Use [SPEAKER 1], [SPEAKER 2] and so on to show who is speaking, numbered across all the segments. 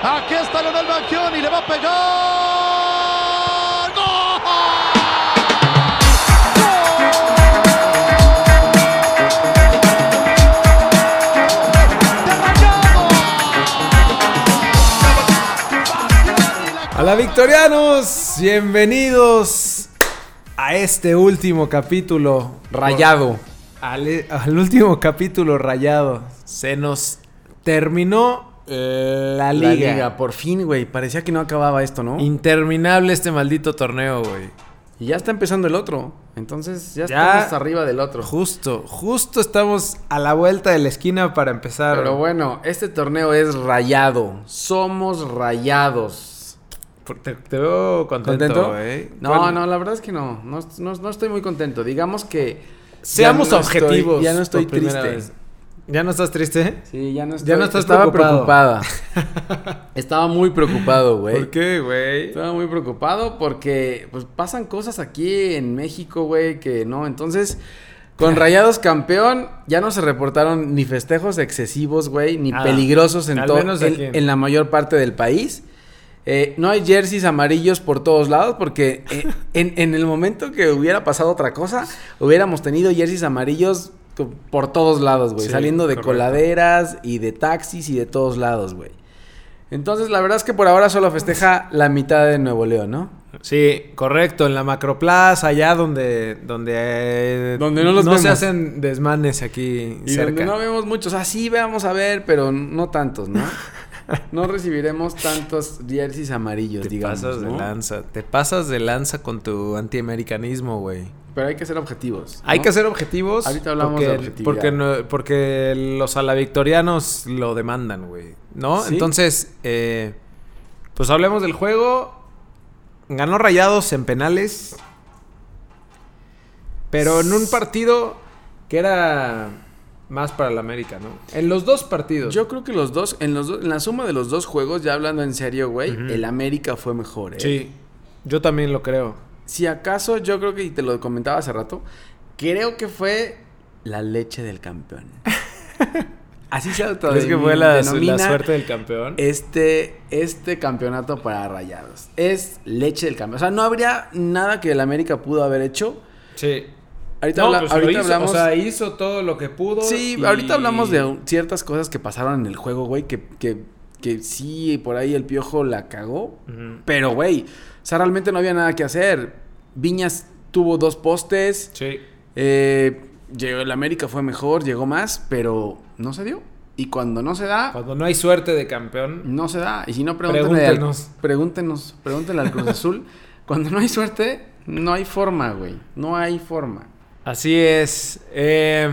[SPEAKER 1] Aquí está Leonel Banquioni, le va a pegar. ¡Gol!
[SPEAKER 2] A la victorianos, bienvenidos a este último capítulo rayado. Al, e, al último capítulo rayado. Se nos terminó la liga.
[SPEAKER 3] La liga, por fin, güey. Parecía que no acababa esto, ¿no?
[SPEAKER 2] Interminable este maldito torneo, güey.
[SPEAKER 3] Y ya está empezando el otro. Entonces ya,
[SPEAKER 2] Ya.
[SPEAKER 3] estamos arriba del otro.
[SPEAKER 2] Justo, justo estamos a la vuelta de la esquina para empezar.
[SPEAKER 3] Pero bueno, este torneo es rayado. Somos rayados.
[SPEAKER 2] te, te veo contento,
[SPEAKER 3] ¿Contento? ¿eh?
[SPEAKER 2] güey.
[SPEAKER 3] No,
[SPEAKER 2] Bueno,
[SPEAKER 3] no, la verdad es que no. No, no- no estoy muy contento. Digamos que.
[SPEAKER 2] Seamos
[SPEAKER 3] ya no estoy-
[SPEAKER 2] objetivos.
[SPEAKER 3] ya no estoy
[SPEAKER 2] por primera
[SPEAKER 3] triste.
[SPEAKER 2] vez. ¿Ya no estás triste?
[SPEAKER 3] Sí, ya no estoy.
[SPEAKER 2] Ya no estás
[SPEAKER 3] Estaba
[SPEAKER 2] preocupado.
[SPEAKER 3] preocupada. Estaba muy preocupado, güey.
[SPEAKER 2] ¿Por qué, güey?
[SPEAKER 3] Estaba muy preocupado porque pues pasan cosas aquí en México, güey, que no. Entonces, con Rayados campeón, ya no se reportaron ni festejos excesivos, güey, ni
[SPEAKER 2] Ah,
[SPEAKER 3] peligrosos en,
[SPEAKER 2] al
[SPEAKER 3] todo-
[SPEAKER 2] menos aquí.
[SPEAKER 3] en, en la mayor parte del país. Eh, no hay jerseys amarillos por todos lados porque eh, en, en el momento que hubiera pasado otra cosa, hubiéramos tenido jerseys amarillos co- por todos lados, güey,
[SPEAKER 2] Sí,
[SPEAKER 3] saliendo de
[SPEAKER 2] correcto.
[SPEAKER 3] coladeras y de taxis y de todos lados, güey. Entonces, la verdad es que por ahora solo festeja la mitad de Nuevo León, ¿no?
[SPEAKER 2] Sí, correcto, en la macroplaza, allá donde donde eh,
[SPEAKER 3] Donde no los
[SPEAKER 2] se
[SPEAKER 3] vemos.
[SPEAKER 2] hacen desmanes aquí
[SPEAKER 3] Y
[SPEAKER 2] cerca.
[SPEAKER 3] donde no vemos muchos. Ah, sí, vamos a ver, pero no tantos, ¿no? No recibiremos tantos jerseys amarillos,
[SPEAKER 2] te
[SPEAKER 3] digamos,
[SPEAKER 2] pasas de
[SPEAKER 3] ¿no?
[SPEAKER 2] lanza, te pasas de lanza con tu antiamericanismo, güey.
[SPEAKER 3] Pero hay que ser objetivos. ¿no?
[SPEAKER 2] Hay que ser objetivos.
[SPEAKER 3] Ahorita hablamos de
[SPEAKER 2] porque,
[SPEAKER 3] objetividad.
[SPEAKER 2] Porque, no- porque los alavictorianos lo demandan, güey. ¿No?
[SPEAKER 3] Sí.
[SPEAKER 2] Entonces, eh, pues hablemos del juego. Ganó Rayados en penales. Pero en un partido que era más para el América, ¿no? En los dos partidos.
[SPEAKER 3] Yo creo que los dos, en los dos- en la suma de los dos juegos, ya hablando en serio, güey,
[SPEAKER 2] Ujú.
[SPEAKER 3] el América fue mejor, ¿eh?
[SPEAKER 2] sí. Yo también lo creo.
[SPEAKER 3] Si acaso, yo creo que, y te lo comentaba hace rato, creo que fue la leche del campeón. Así se
[SPEAKER 2] ¿Crees que fue la, la suerte del campeón?
[SPEAKER 3] este, este campeonato para rayados. Es leche del campeón. O sea, no habría nada que el América pudo haber hecho.
[SPEAKER 2] sí.
[SPEAKER 3] Ahorita,
[SPEAKER 2] No,
[SPEAKER 3] habla-
[SPEAKER 2] pues lo
[SPEAKER 3] ahorita
[SPEAKER 2] hizo,
[SPEAKER 3] hablamos.
[SPEAKER 2] O sea, hizo todo lo que pudo.
[SPEAKER 3] sí,
[SPEAKER 2] y-
[SPEAKER 3] ahorita hablamos de un- ciertas cosas que pasaron en el juego, güey, que, que, que sí, por ahí el piojo la cagó.
[SPEAKER 2] Ujú.
[SPEAKER 3] Pero, güey, o sea, realmente no había nada que hacer. Viñas tuvo dos postes.
[SPEAKER 2] Sí.
[SPEAKER 3] Eh, llegó, el América fue mejor, llegó más, pero no se dio. Y cuando no se da,
[SPEAKER 2] Ah. Cuando no hay suerte de campeón.
[SPEAKER 3] No se da. Y si no, pregúntenle al-
[SPEAKER 2] Pregúntenos.
[SPEAKER 3] pregúntenos, pregúntenle al Cruz Azul. Cuando no hay suerte, no hay forma, güey. No hay forma.
[SPEAKER 2] Así es. Eh,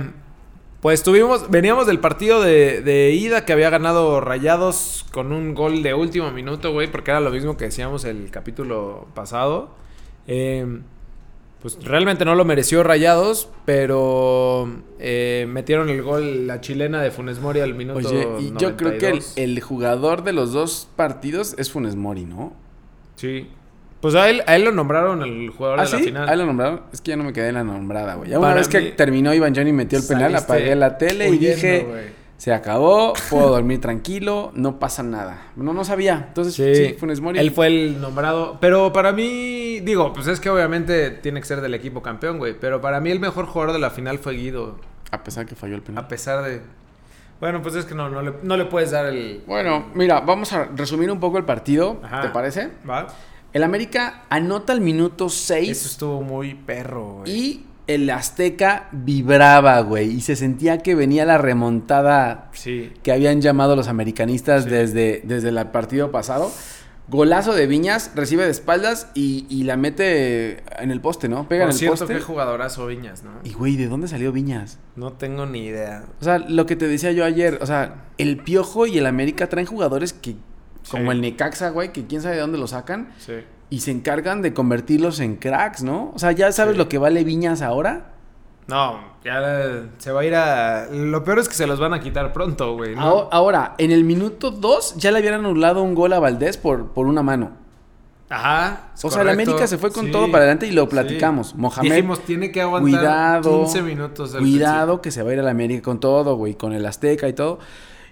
[SPEAKER 2] pues tuvimos. Veníamos del partido de, de ida que había ganado Rayados con un gol de último minuto, güey. Porque era lo mismo que decíamos el capítulo pasado. Eh, pues realmente no lo mereció Rayados, pero eh, metieron el gol la chilena de Funes Mori al minuto.
[SPEAKER 3] Oye, y yo creo que el,
[SPEAKER 2] 92.
[SPEAKER 3] el jugador de los dos partidos es Funes Mori, ¿no?
[SPEAKER 2] Sí. Pues a él, a él lo nombraron el jugador
[SPEAKER 3] ¿Ah,
[SPEAKER 2] de la
[SPEAKER 3] sí?
[SPEAKER 2] final.
[SPEAKER 3] Ahí lo nombraron. Es que ya no me quedé en la nombrada, güey. Ya una
[SPEAKER 2] Para
[SPEAKER 3] vez que
[SPEAKER 2] mí-
[SPEAKER 3] terminó Iván Johnny metió el penal,
[SPEAKER 2] Saliste
[SPEAKER 3] apagué la tele y
[SPEAKER 2] huyendo,
[SPEAKER 3] dije...
[SPEAKER 2] güey.
[SPEAKER 3] Se acabó, puedo dormir tranquilo, no pasa nada. No, no sabía. Entonces, sí, Funes Mori.
[SPEAKER 2] Él fue el nombrado. Pero para mí, digo, pues es que obviamente tiene que ser del equipo campeón, güey. Pero para mí el mejor jugador de la final fue Guido.
[SPEAKER 3] A pesar que falló el penal.
[SPEAKER 2] A pesar de. Bueno, pues es que no, no le, no le puedes dar el.
[SPEAKER 3] Bueno, mira, vamos a resumir un poco el partido,
[SPEAKER 2] Ajá.
[SPEAKER 3] ¿te parece?
[SPEAKER 2] ¿Va?
[SPEAKER 3] El América anota el minuto
[SPEAKER 2] Eso
[SPEAKER 3] 6
[SPEAKER 2] estuvo muy perro, güey.
[SPEAKER 3] y el Azteca vibraba, güey, y se sentía que venía la remontada
[SPEAKER 2] Sí.
[SPEAKER 3] que habían llamado los americanistas
[SPEAKER 2] Sí.
[SPEAKER 3] desde, desde el partido pasado. Golazo de Viñas, recibe de espaldas y, y la mete en el poste, ¿no? Pega
[SPEAKER 2] Por
[SPEAKER 3] en el
[SPEAKER 2] cierto,
[SPEAKER 3] poste.
[SPEAKER 2] qué jugadorazo Viñas, ¿no?
[SPEAKER 3] Y güey, ¿de dónde salió Viñas?
[SPEAKER 2] No tengo ni idea.
[SPEAKER 3] O sea, lo que te decía yo ayer, o sea, el Piojo y el América traen jugadores que como
[SPEAKER 2] Sí.
[SPEAKER 3] el Necaxa, güey, que quién sabe de dónde lo sacan.
[SPEAKER 2] Sí.
[SPEAKER 3] Y se encargan de convertirlos en cracks, ¿no? O sea, ya sabes
[SPEAKER 2] Sí.
[SPEAKER 3] lo que vale Viñas ahora.
[SPEAKER 2] No, ya eh, se va a ir a. Lo peor es que se los van a quitar pronto, güey. ¿no?
[SPEAKER 3] Ahora, ahora, en el minuto 2 ya le habían anulado un gol a Valdés por, por una mano.
[SPEAKER 2] Ajá.
[SPEAKER 3] O sea, el América se fue con todo para adelante y lo platicamos. Mohamed,
[SPEAKER 2] Mohamed. Dijimos, tiene que aguantar
[SPEAKER 3] cuidado,
[SPEAKER 2] 15 minutos. al
[SPEAKER 3] Cuidado que se va a ir al América con todo, güey, con el Azteca y todo.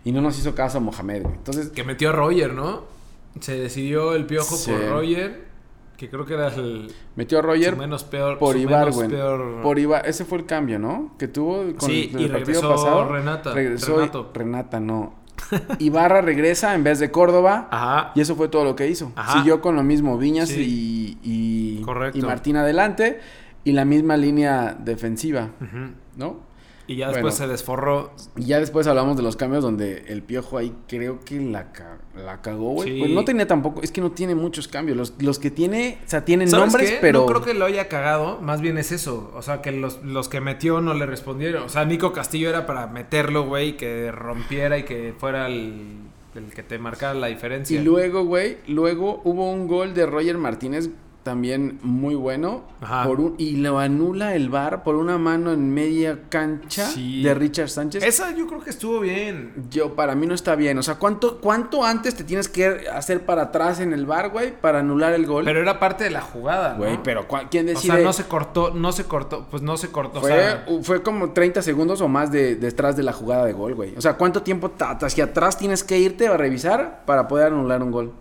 [SPEAKER 3] Y no nos hizo caso a Mohamed, güey. Entonces,
[SPEAKER 2] Que metió a Roger, ¿no? Se decidió el piojo
[SPEAKER 3] Sí.
[SPEAKER 2] por Roger, que creo que era el
[SPEAKER 3] metió a
[SPEAKER 2] su
[SPEAKER 3] Roger
[SPEAKER 2] menos peor.
[SPEAKER 3] por
[SPEAKER 2] su
[SPEAKER 3] Ibarwen.
[SPEAKER 2] menos peor-
[SPEAKER 3] Por Iba- ese fue el cambio, ¿no? Que tuvo con
[SPEAKER 2] Sí,
[SPEAKER 3] el,
[SPEAKER 2] y
[SPEAKER 3] el partido
[SPEAKER 2] regresó
[SPEAKER 3] pasado.
[SPEAKER 2] Renata,
[SPEAKER 3] Regresó y-
[SPEAKER 2] Renato.
[SPEAKER 3] Renata, no. Ibarra regresa en vez de Córdoba.
[SPEAKER 2] Ajá.
[SPEAKER 3] Y eso fue todo lo que hizo.
[SPEAKER 2] Ah. Ajá.
[SPEAKER 3] Siguió con lo mismo Viñas
[SPEAKER 2] Sí.
[SPEAKER 3] y, y,
[SPEAKER 2] Correcto.
[SPEAKER 3] y Martín adelante. Y la misma línea defensiva,
[SPEAKER 2] Ujú.
[SPEAKER 3] ¿no?
[SPEAKER 2] Y ya después
[SPEAKER 3] Bueno.
[SPEAKER 2] se desforró.
[SPEAKER 3] Y ya después hablamos de los cambios donde el piojo ahí creo que la, ca- la cagó, güey.
[SPEAKER 2] Sí.
[SPEAKER 3] Pues no tenía tampoco, es que no tiene muchos cambios. Los, los que tiene, o sea, tienen
[SPEAKER 2] ¿Sabes
[SPEAKER 3] nombres,
[SPEAKER 2] qué?
[SPEAKER 3] pero.
[SPEAKER 2] No creo que lo haya cagado, más bien es eso. O sea, que los, los que metió no le respondieron. O sea, Nico Castillo era para meterlo, güey, que rompiera y que fuera el, el que te marcara la diferencia.
[SPEAKER 3] Y luego, güey, luego hubo un gol de Roger Martínez también muy bueno.
[SPEAKER 2] Ajá.
[SPEAKER 3] Por un, y lo anula el VAR por una mano en media cancha
[SPEAKER 2] Sí.
[SPEAKER 3] de Richard Sánchez.
[SPEAKER 2] Esa yo creo que estuvo bien.
[SPEAKER 3] Yo, para mí no está bien. O sea, ¿cuánto, ¿cuánto antes te tienes que hacer para atrás en el VAR, güey, para anular el gol?
[SPEAKER 2] Pero era parte de la jugada, ¿no?
[SPEAKER 3] Güey, pero ¿cuá- ¿quién
[SPEAKER 2] O
[SPEAKER 3] decide?
[SPEAKER 2] sea, no se cortó, no se cortó, pues no se cortó.
[SPEAKER 3] Fue,
[SPEAKER 2] o sea,
[SPEAKER 3] u- fue como 30 segundos o más de, detrás de la jugada de gol, güey. O sea, ¿cuánto tiempo ta- hacia atrás tienes que irte a revisar para poder anular un gol?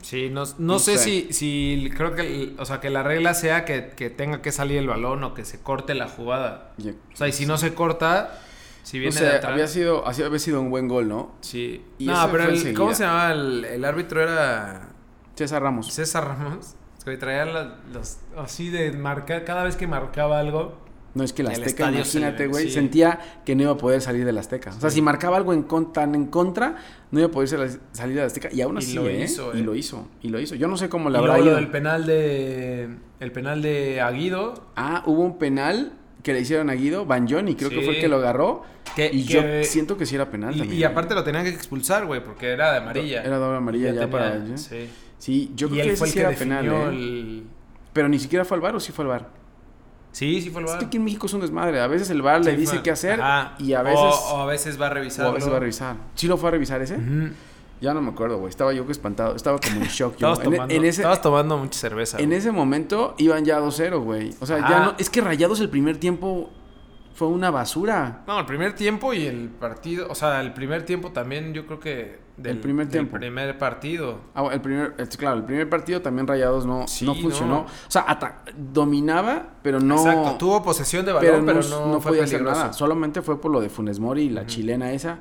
[SPEAKER 2] sí, no, no
[SPEAKER 3] no
[SPEAKER 2] sé,
[SPEAKER 3] sé.
[SPEAKER 2] si, si creo que, el- o sea, que la regla sea que, que tenga que salir el balón o que se corte la jugada.
[SPEAKER 3] Yo-
[SPEAKER 2] O sea, y si no se corta, si
[SPEAKER 3] no
[SPEAKER 2] viene
[SPEAKER 3] sé,
[SPEAKER 2] de atrás.
[SPEAKER 3] había sido, así había sido un buen gol, ¿no?
[SPEAKER 2] Sí.
[SPEAKER 3] Y
[SPEAKER 2] no,
[SPEAKER 3] ese
[SPEAKER 2] pero
[SPEAKER 3] fue
[SPEAKER 2] el-
[SPEAKER 3] enseguida.
[SPEAKER 2] ¿cómo se llamaba el, el árbitro? Era
[SPEAKER 3] César Ramos.
[SPEAKER 2] César Ramos. Que traía la- los, así de marcar, cada vez que marcaba algo.
[SPEAKER 3] No es que el
[SPEAKER 2] El
[SPEAKER 3] Azteca,
[SPEAKER 2] estadio se
[SPEAKER 3] imagínate,
[SPEAKER 2] le-
[SPEAKER 3] güey,
[SPEAKER 2] sí.
[SPEAKER 3] sentía que no iba a poder salir del Azteca. O sea,
[SPEAKER 2] Sí.
[SPEAKER 3] si marcaba algo en con- tan en contra, no iba a poder sal- salir del Azteca. Y aún
[SPEAKER 2] Y
[SPEAKER 3] así,
[SPEAKER 2] lo
[SPEAKER 3] ¿eh?
[SPEAKER 2] hizo,
[SPEAKER 3] Y
[SPEAKER 2] ¿eh?
[SPEAKER 3] lo hizo, y lo hizo. Yo no sé cómo
[SPEAKER 2] Y
[SPEAKER 3] la habrá
[SPEAKER 2] luego lo
[SPEAKER 3] ido.
[SPEAKER 2] del penal de. El penal de Aguido.
[SPEAKER 3] Ah, hubo un penal que le hicieron a Guido, Banjoni, creo que
[SPEAKER 2] Sí.
[SPEAKER 3] fue el que lo agarró.
[SPEAKER 2] Que-
[SPEAKER 3] y
[SPEAKER 2] que-
[SPEAKER 3] yo siento que sí era penal
[SPEAKER 2] Y,
[SPEAKER 3] también. ¿eh?
[SPEAKER 2] y aparte lo tenían que expulsar, güey, porque era de amarilla.
[SPEAKER 3] Era doble amarilla ya para Banjoni.
[SPEAKER 2] Sí.
[SPEAKER 3] Sí, yo
[SPEAKER 2] Y
[SPEAKER 3] creo
[SPEAKER 2] él
[SPEAKER 3] que ese
[SPEAKER 2] fue el
[SPEAKER 3] sí
[SPEAKER 2] que
[SPEAKER 3] era
[SPEAKER 2] definió
[SPEAKER 3] penal, ¿eh?
[SPEAKER 2] el.
[SPEAKER 3] Pero ni siquiera fue al bar o sí fue al bar.
[SPEAKER 2] Sí, sí fue el
[SPEAKER 3] Es
[SPEAKER 2] VAR.
[SPEAKER 3] que aquí en México es un desmadre. A veces el bar le
[SPEAKER 2] Sí
[SPEAKER 3] dice
[SPEAKER 2] fue-
[SPEAKER 3] qué hacer
[SPEAKER 2] Ajá.
[SPEAKER 3] y a
[SPEAKER 2] O-
[SPEAKER 3] veces,
[SPEAKER 2] O, a veces va a
[SPEAKER 3] o
[SPEAKER 2] revisar.
[SPEAKER 3] a veces va a revisar. ¿Sí lo fue a revisar ese? Ya no me acuerdo, güey. Estaba yo que espantado. Estaba como en shock. yo.
[SPEAKER 2] Estabas,
[SPEAKER 3] En, e-,
[SPEAKER 2] tomando,
[SPEAKER 3] en ese,
[SPEAKER 2] estabas tomando mucha cerveza.
[SPEAKER 3] en
[SPEAKER 2] güey.
[SPEAKER 3] ese momento iban ya 2-0, güey. O sea, ya
[SPEAKER 2] Ah.
[SPEAKER 3] no. Es que Rayados el primer tiempo fue una basura.
[SPEAKER 2] No, el primer tiempo y el partido. O sea, el primer tiempo también, yo creo que.
[SPEAKER 3] El primer
[SPEAKER 2] del
[SPEAKER 3] tiempo.
[SPEAKER 2] primer partido.
[SPEAKER 3] Ah, bueno, el primer, eh, claro, el primer partido también Rayados no,
[SPEAKER 2] Sí,
[SPEAKER 3] no funcionó.
[SPEAKER 2] no.
[SPEAKER 3] O sea, ata- dominaba, pero no.
[SPEAKER 2] Exacto, tuvo posesión de
[SPEAKER 3] pero
[SPEAKER 2] balón, pero,
[SPEAKER 3] no,
[SPEAKER 2] no,
[SPEAKER 3] no
[SPEAKER 2] fue
[SPEAKER 3] podía hacer
[SPEAKER 2] peligroso.
[SPEAKER 3] nada. Solamente fue por lo de Funes Mori y la chilena esa.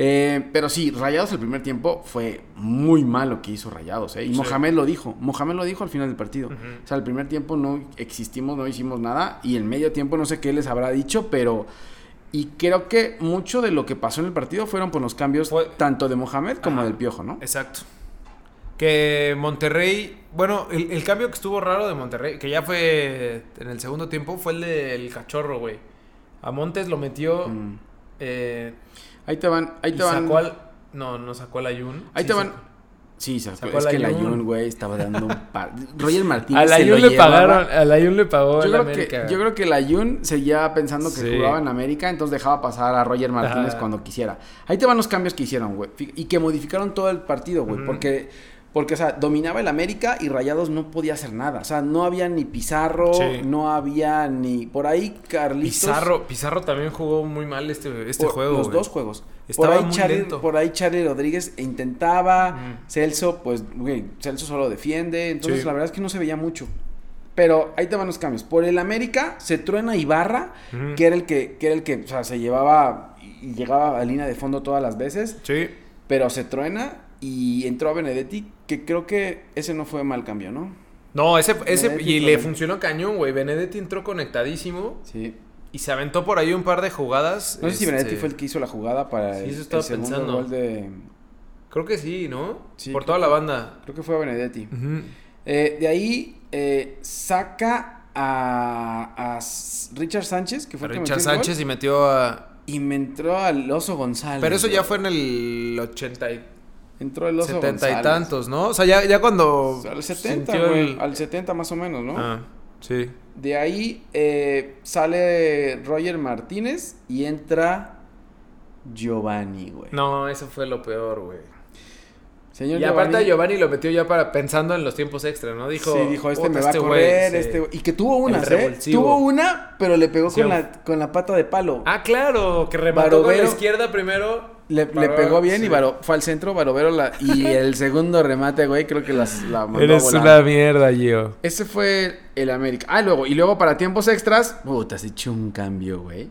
[SPEAKER 3] Eh, pero sí, Rayados el primer tiempo fue muy malo que hizo Rayados. ¿eh? Y
[SPEAKER 2] Sí.
[SPEAKER 3] Mohamed lo dijo. Mohamed lo dijo al final del partido. O sea, el primer tiempo no existimos, no hicimos nada. Y el medio tiempo no sé qué les habrá dicho, pero... Y creo que mucho de lo que pasó en el partido fueron por los cambios
[SPEAKER 2] Fue-
[SPEAKER 3] tanto de Mohamed como
[SPEAKER 2] Ajá.
[SPEAKER 3] del Piojo, ¿no?
[SPEAKER 2] Exacto. Que Monterrey. Bueno, el, el cambio que estuvo raro de Monterrey, que ya fue en el segundo tiempo, fue el del cachorro, güey. A Montes lo metió.
[SPEAKER 3] Mm.
[SPEAKER 2] eh,
[SPEAKER 3] Ahí te van, ahí
[SPEAKER 2] y
[SPEAKER 3] te van...
[SPEAKER 2] sacó al- No, no sacó al Ayun.
[SPEAKER 3] Ahí
[SPEAKER 2] Sí,
[SPEAKER 3] te van.
[SPEAKER 2] sacó.
[SPEAKER 3] Sí, sacó-
[SPEAKER 2] Sacó
[SPEAKER 3] es
[SPEAKER 2] al
[SPEAKER 3] que el
[SPEAKER 2] Ayun.
[SPEAKER 3] Ayun, güey, estaba dando un par. Roger Martínez.
[SPEAKER 2] Al
[SPEAKER 3] se lo
[SPEAKER 2] Ayun le
[SPEAKER 3] llevaba.
[SPEAKER 2] pagaron. Al Ayun le pagó
[SPEAKER 3] Yo
[SPEAKER 2] el
[SPEAKER 3] creo,
[SPEAKER 2] América.
[SPEAKER 3] que, yo creo que el Ayun seguía pensando que
[SPEAKER 2] Sí.
[SPEAKER 3] jugaba en América, entonces dejaba pasar a Roger Martínez
[SPEAKER 2] Ajá.
[SPEAKER 3] cuando quisiera. Ahí te van los cambios que hicieron, güey. Fí- Y que modificaron todo el partido, güey.
[SPEAKER 2] Ujú.
[SPEAKER 3] Porque, porque, o sea, dominaba el América y Rayados no podía hacer nada. O sea, no había ni Pizarro,
[SPEAKER 2] Sí.
[SPEAKER 3] no había ni. Por ahí, Carlitos.
[SPEAKER 2] Pizarro, Pizarro también jugó muy mal este, este
[SPEAKER 3] Por-
[SPEAKER 2] juego.
[SPEAKER 3] Los
[SPEAKER 2] güey.
[SPEAKER 3] dos juegos.
[SPEAKER 2] Estaba
[SPEAKER 3] por, ahí
[SPEAKER 2] muy
[SPEAKER 3] Charlie,
[SPEAKER 2] lento.
[SPEAKER 3] por ahí Charlie Rodríguez intentaba.
[SPEAKER 2] Mm.
[SPEAKER 3] Celso, pues, güey, Celso solo defiende. Entonces,
[SPEAKER 2] Sí.
[SPEAKER 3] la verdad es que no se veía mucho. Pero ahí te van los cambios. Por el América se truena Ibarra,
[SPEAKER 2] Ujú.
[SPEAKER 3] que era el que, que era el que, o sea, se llevaba y llegaba a línea de fondo todas las veces.
[SPEAKER 2] Sí.
[SPEAKER 3] Pero se truena y entró a Benedetti, que creo que ese no fue mal cambio, ¿no?
[SPEAKER 2] No, ese, ese
[SPEAKER 3] Benedetti
[SPEAKER 2] y le
[SPEAKER 3] también.
[SPEAKER 2] funcionó cañón, güey. Benedetti entró conectadísimo
[SPEAKER 3] Sí.
[SPEAKER 2] y se aventó por ahí un par de jugadas.
[SPEAKER 3] No sé si Benedetti
[SPEAKER 2] este,
[SPEAKER 3] fue el que hizo la jugada para
[SPEAKER 2] Sí,
[SPEAKER 3] el-
[SPEAKER 2] eso
[SPEAKER 3] el,
[SPEAKER 2] estaba
[SPEAKER 3] segundo
[SPEAKER 2] pensando.
[SPEAKER 3] gol de.
[SPEAKER 2] Creo que sí, ¿no?
[SPEAKER 3] Sí,
[SPEAKER 2] por
[SPEAKER 3] creo
[SPEAKER 2] toda la banda.
[SPEAKER 3] Creo que fue Benedetti. Eh, de ahí eh, saca a, a S- Richard Sánchez, que
[SPEAKER 2] A
[SPEAKER 3] fue el que
[SPEAKER 2] Richard
[SPEAKER 3] metió el gol,
[SPEAKER 2] Sánchez y metió a.
[SPEAKER 3] y me entró al Oso González.
[SPEAKER 2] Pero eso ya
[SPEAKER 3] güey.
[SPEAKER 2] fue en el 80 y
[SPEAKER 3] Entró el Oso
[SPEAKER 2] 70
[SPEAKER 3] González.
[SPEAKER 2] y tantos, ¿no? O sea, ya, ya cuando.
[SPEAKER 3] Al 70,
[SPEAKER 2] sintió
[SPEAKER 3] güey,
[SPEAKER 2] el-
[SPEAKER 3] Al 70 más o menos, ¿no?
[SPEAKER 2] Ah, sí.
[SPEAKER 3] De ahí eh, sale Roger Martínez y entra Giovanni, güey.
[SPEAKER 2] No, eso fue lo peor, güey.
[SPEAKER 3] Señor
[SPEAKER 2] y aparte a
[SPEAKER 3] Giovanni-
[SPEAKER 2] Giovanni lo metió ya para pensando en los tiempos extra, ¿no? Dijo,
[SPEAKER 3] sí, dijo, este
[SPEAKER 2] "Puta,
[SPEAKER 3] me va a
[SPEAKER 2] güey,
[SPEAKER 3] correr,
[SPEAKER 2] sí".
[SPEAKER 3] este... Y que tuvo una, ¿eh?
[SPEAKER 2] revulsivo.
[SPEAKER 3] Tuvo una, pero le pegó
[SPEAKER 2] Sí,
[SPEAKER 3] con, la, con la pata de palo.
[SPEAKER 2] Ah, claro, que remató con la
[SPEAKER 3] Barovero.
[SPEAKER 2] izquierda primero.
[SPEAKER 3] Le, le
[SPEAKER 2] Baró-
[SPEAKER 3] pegó bien
[SPEAKER 2] sí.
[SPEAKER 3] y Varo- fue al centro, Barovero la, y el segundo remate, güey, creo que las, la mandó a
[SPEAKER 2] Eres
[SPEAKER 3] volar.
[SPEAKER 2] una mierda, Gio.
[SPEAKER 3] Ese fue el América. Ah, luego, y luego para tiempos extras, puta, se echó un cambio, güey.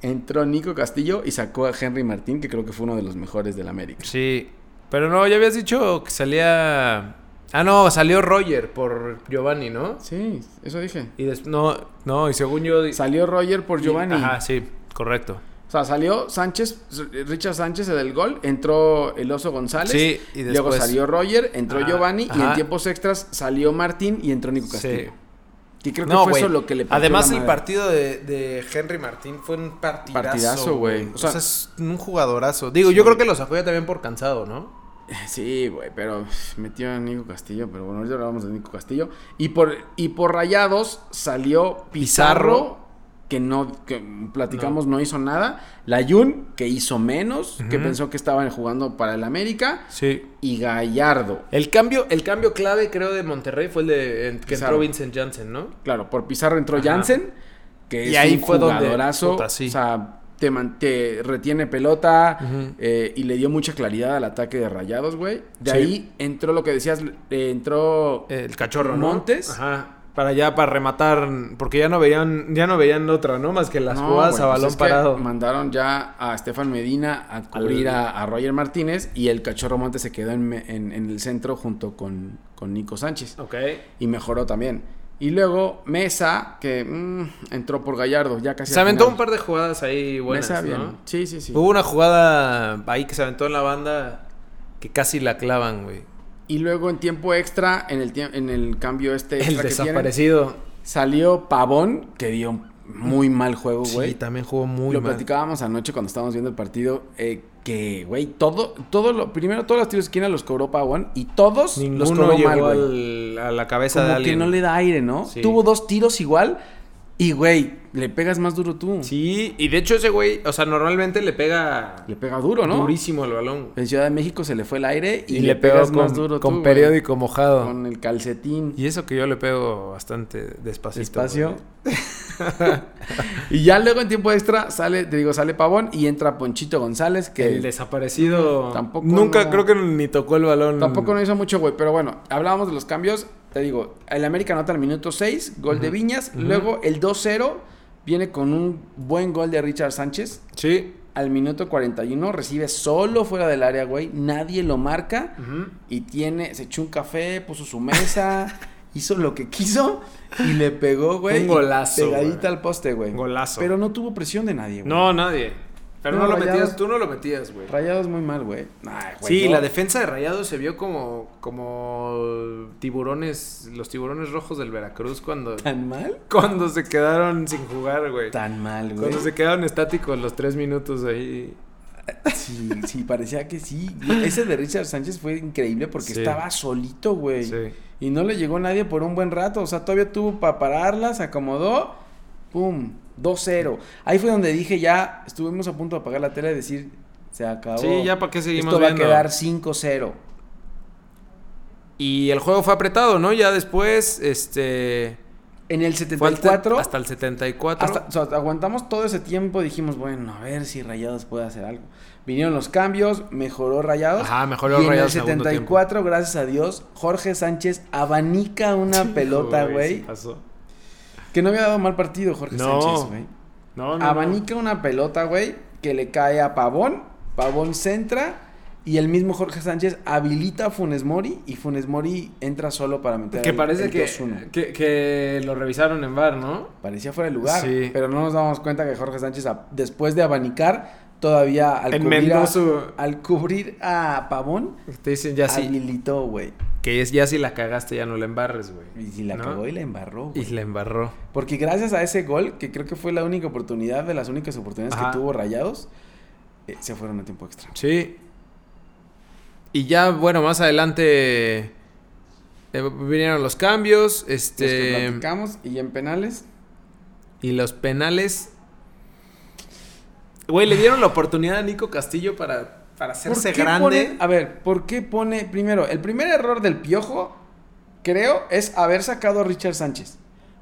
[SPEAKER 3] Entró Nico Castillo y sacó a Henry Martín, que creo que fue uno de los mejores del América.
[SPEAKER 2] Sí, pero no, ya habías dicho que salía... Ah, no, salió Roger por Giovanni, ¿no?
[SPEAKER 3] Sí, eso dije.
[SPEAKER 2] Y des- No, no, y según yo...
[SPEAKER 3] Salió Roger por Giovanni.
[SPEAKER 2] Ajá, sí, correcto.
[SPEAKER 3] O sea, salió Sánchez, Richard Sánchez del gol, entró el Oso González.
[SPEAKER 2] Sí, y
[SPEAKER 3] Luego
[SPEAKER 2] después-
[SPEAKER 3] salió Roger, entró
[SPEAKER 2] Ah,
[SPEAKER 3] Giovanni y
[SPEAKER 2] ajá.
[SPEAKER 3] en tiempos extras salió Martín y entró Nico
[SPEAKER 2] Sí.
[SPEAKER 3] Castillo. Que creo que
[SPEAKER 2] No,
[SPEAKER 3] fue
[SPEAKER 2] güey.
[SPEAKER 3] eso lo que le partió
[SPEAKER 2] Además,
[SPEAKER 3] la
[SPEAKER 2] el
[SPEAKER 3] madre.
[SPEAKER 2] partido de, de Henry Martín fue un partidazo.
[SPEAKER 3] Partidazo, güey.
[SPEAKER 2] O
[SPEAKER 3] O
[SPEAKER 2] sea,
[SPEAKER 3] sea,
[SPEAKER 2] es un jugadorazo. Digo, yo creo que los apoya también por cansado, ¿no?
[SPEAKER 3] Sí, güey, pero metió a Nico Castillo, pero bueno, ahorita hablamos de Nico Castillo. Y por, y por rayados salió Pizarro,
[SPEAKER 2] Pizarro.
[SPEAKER 3] que no, que platicamos, no, hizo nada. Layun, que hizo menos, que
[SPEAKER 2] Ujú.
[SPEAKER 3] pensó que estaban jugando para el América.
[SPEAKER 2] Sí.
[SPEAKER 3] Y Gallardo,
[SPEAKER 2] El cambio, el cambio clave, creo, de Monterrey fue el de en- que entró
[SPEAKER 3] Pizarro.
[SPEAKER 2] Vincent Janssen, ¿no?
[SPEAKER 3] Claro, por Pizarro entró
[SPEAKER 2] Ajá.
[SPEAKER 3] Jansen, que
[SPEAKER 2] Y
[SPEAKER 3] es
[SPEAKER 2] ahí
[SPEAKER 3] un
[SPEAKER 2] fue donde,
[SPEAKER 3] jugadorazo.
[SPEAKER 2] puta, sí.
[SPEAKER 3] O sea, te, man- te retiene pelota
[SPEAKER 2] Ujú.
[SPEAKER 3] eh, y le dio mucha claridad al ataque de Rayados, güey. De
[SPEAKER 2] Sí.
[SPEAKER 3] ahí entró lo que decías, eh, entró...
[SPEAKER 2] El cachorro, ¿no?
[SPEAKER 3] ¿no? Montes.
[SPEAKER 2] Ajá. Para ya, para rematar, porque ya no veían, ya no veían otra, ¿no? Más que las
[SPEAKER 3] No,
[SPEAKER 2] jugadas
[SPEAKER 3] güey,
[SPEAKER 2] a
[SPEAKER 3] pues
[SPEAKER 2] balón
[SPEAKER 3] es que
[SPEAKER 2] parado.
[SPEAKER 3] Mandaron ya a Estefan Medina a cubrir
[SPEAKER 2] Al-
[SPEAKER 3] a, a Roger Martínez y el cachorro Montes se quedó en, me- en- en el centro junto con, con Nico Sánchez.
[SPEAKER 2] Ok.
[SPEAKER 3] Y mejoró también. Y luego Mesa, que mm, entró por Gallardo, ya casi...
[SPEAKER 2] Se
[SPEAKER 3] al
[SPEAKER 2] aventó
[SPEAKER 3] final.
[SPEAKER 2] un par de jugadas ahí buenas,
[SPEAKER 3] Mesa bien.
[SPEAKER 2] ¿no?
[SPEAKER 3] Sí, sí, sí.
[SPEAKER 2] Hubo una jugada ahí que se aventó en la banda que casi la clavan, güey.
[SPEAKER 3] Y luego en tiempo extra, en el, tiemp- en el cambio este
[SPEAKER 2] El
[SPEAKER 3] extra que tienen,
[SPEAKER 2] desaparecido.
[SPEAKER 3] salió Pavón, que dio muy mal juego, güey.
[SPEAKER 2] Sí, también jugó muy
[SPEAKER 3] lo
[SPEAKER 2] mal.
[SPEAKER 3] platicábamos anoche cuando estábamos viendo el partido, eh, que, güey, todo, todo lo, primero todos los tiros de esquina los cobró Pavón y todos los
[SPEAKER 2] Ninguno
[SPEAKER 3] cobró
[SPEAKER 2] llegó
[SPEAKER 3] mal,
[SPEAKER 2] al-
[SPEAKER 3] güey.
[SPEAKER 2] a la cabeza de
[SPEAKER 3] Como
[SPEAKER 2] alguien.
[SPEAKER 3] que no le da aire, ¿no?
[SPEAKER 2] Sí.
[SPEAKER 3] Tuvo dos tiros igual y, güey, le pegas más duro tú.
[SPEAKER 2] Sí, y de hecho ese güey, o sea, normalmente le pega
[SPEAKER 3] Le pega duro, ¿no?
[SPEAKER 2] durísimo al balón.
[SPEAKER 3] En Ciudad de México se le fue el aire y,
[SPEAKER 2] Y,
[SPEAKER 3] le,
[SPEAKER 2] le pegó
[SPEAKER 3] pegas
[SPEAKER 2] con,
[SPEAKER 3] más
[SPEAKER 2] con
[SPEAKER 3] duro tú, güey.
[SPEAKER 2] periódico mojado.
[SPEAKER 3] Con el calcetín.
[SPEAKER 2] Y eso que yo le pego bastante despacito.
[SPEAKER 3] Espacio.
[SPEAKER 2] güey.
[SPEAKER 3] y ya luego en tiempo extra sale, te digo, sale Pavón y entra Ponchito González, que
[SPEAKER 2] El desaparecido.
[SPEAKER 3] Tampoco
[SPEAKER 2] Nunca
[SPEAKER 3] no-
[SPEAKER 2] creo que ni tocó el balón.
[SPEAKER 3] tampoco no hizo mucho, güey. Pero bueno, hablábamos de los cambios. Te digo, el América anota al minuto 6, gol de Viñas. Luego el 2-0 viene con un buen gol de Richard Sánchez.
[SPEAKER 2] Sí.
[SPEAKER 3] Al minuto 41 recibe solo fuera del área, güey. Nadie lo marca.
[SPEAKER 2] Ujú.
[SPEAKER 3] Y tiene, se echó un café, puso su mesa, hizo lo que quiso y le pegó, güey.
[SPEAKER 2] Un golazo,
[SPEAKER 3] Pegadita
[SPEAKER 2] güey.
[SPEAKER 3] al poste, güey.
[SPEAKER 2] Golazo.
[SPEAKER 3] Pero no tuvo presión de nadie, güey.
[SPEAKER 2] No, nadie. Pero no,
[SPEAKER 3] No,
[SPEAKER 2] lo
[SPEAKER 3] Rayados-
[SPEAKER 2] metías, tú no lo metías, güey.
[SPEAKER 3] Rayados muy mal, güey. Ay, güey,
[SPEAKER 2] Sí,
[SPEAKER 3] yo-
[SPEAKER 2] la defensa de Rayados se vio como como tiburones, los tiburones rojos del Veracruz cuando
[SPEAKER 3] ¿Tan mal?
[SPEAKER 2] cuando se quedaron sin jugar, güey.
[SPEAKER 3] Tan mal, güey.
[SPEAKER 2] Cuando se quedaron estáticos los tres minutos ahí.
[SPEAKER 3] Sí, sí, parecía que sí. Ese de Richard Sánchez fue increíble porque
[SPEAKER 2] Sí.
[SPEAKER 3] estaba solito, güey.
[SPEAKER 2] Sí.
[SPEAKER 3] Y no le llegó nadie por un buen rato. O sea, todavía tuvo para pararla, se acomodó. ¡Pum! 2-0. Ahí fue donde dije ya, estuvimos a punto de apagar la tele y decir, se acabó.
[SPEAKER 2] Sí, ya para qué seguimos
[SPEAKER 3] Esto va
[SPEAKER 2] viendo.
[SPEAKER 3] a quedar 5-0.
[SPEAKER 2] Y el juego fue apretado, ¿no? Ya después, este.
[SPEAKER 3] En el
[SPEAKER 2] fue al
[SPEAKER 3] 74,
[SPEAKER 2] set- hasta el 74.
[SPEAKER 3] hasta- o sea, aguantamos todo ese tiempo. Dijimos, bueno, a ver si Rayados puede hacer algo. Vinieron los cambios, mejoró Rayados.
[SPEAKER 2] Ajá, mejoró
[SPEAKER 3] y
[SPEAKER 2] Rayados
[SPEAKER 3] En el
[SPEAKER 2] segundo
[SPEAKER 3] 74, gracias a Dios, Jorge Sánchez abanica una
[SPEAKER 2] Hijo,
[SPEAKER 3] pelota,
[SPEAKER 2] sí
[SPEAKER 3] güey.
[SPEAKER 2] pasó.
[SPEAKER 3] Que no había dado mal partido, Jorge
[SPEAKER 2] No.
[SPEAKER 3] Sánchez, güey.
[SPEAKER 2] No, no, no.
[SPEAKER 3] Abanica una pelota, güey, que le cae a Pavón. Pavón centra. Y el mismo Jorge Sánchez habilita a Funes Mori. Y Funes Mori entra solo para meter
[SPEAKER 2] Que
[SPEAKER 3] el-
[SPEAKER 2] parece
[SPEAKER 3] el
[SPEAKER 2] que,
[SPEAKER 3] 2-1.
[SPEAKER 2] que, que lo revisaron en bar, ¿no?
[SPEAKER 3] Parecía fuera de lugar.
[SPEAKER 2] Sí.
[SPEAKER 3] Pero no nos damos cuenta que Jorge Sánchez, a- después de abanicar, todavía al, cubrir a,
[SPEAKER 2] Mendoza.
[SPEAKER 3] al cubrir a Pavón,
[SPEAKER 2] Te dicen ya sí.
[SPEAKER 3] habilitó, güey.
[SPEAKER 2] Que es ya si la cagaste, ya no la embarres, güey.
[SPEAKER 3] Y si la
[SPEAKER 2] ¿No?
[SPEAKER 3] cagó y la embarró,
[SPEAKER 2] Y
[SPEAKER 3] güey.
[SPEAKER 2] la embarró.
[SPEAKER 3] Porque gracias a ese gol, que creo que fue la única oportunidad, de las únicas oportunidades
[SPEAKER 2] Ajá.
[SPEAKER 3] que tuvo Rayados, eh, se fueron a tiempo extra.
[SPEAKER 2] Sí. Y ya, bueno, más adelante eh, vinieron los cambios.
[SPEAKER 3] Los que
[SPEAKER 2] Este.
[SPEAKER 3] platicamos y en penales.
[SPEAKER 2] Y los penales. Güey, le dieron la oportunidad a Nico Castillo para
[SPEAKER 4] para hacerse
[SPEAKER 3] qué
[SPEAKER 4] grande.
[SPEAKER 3] pone- a ver, ¿por qué pone. Primero, el primer error del piojo, creo, es haber sacado a Richard Sánchez.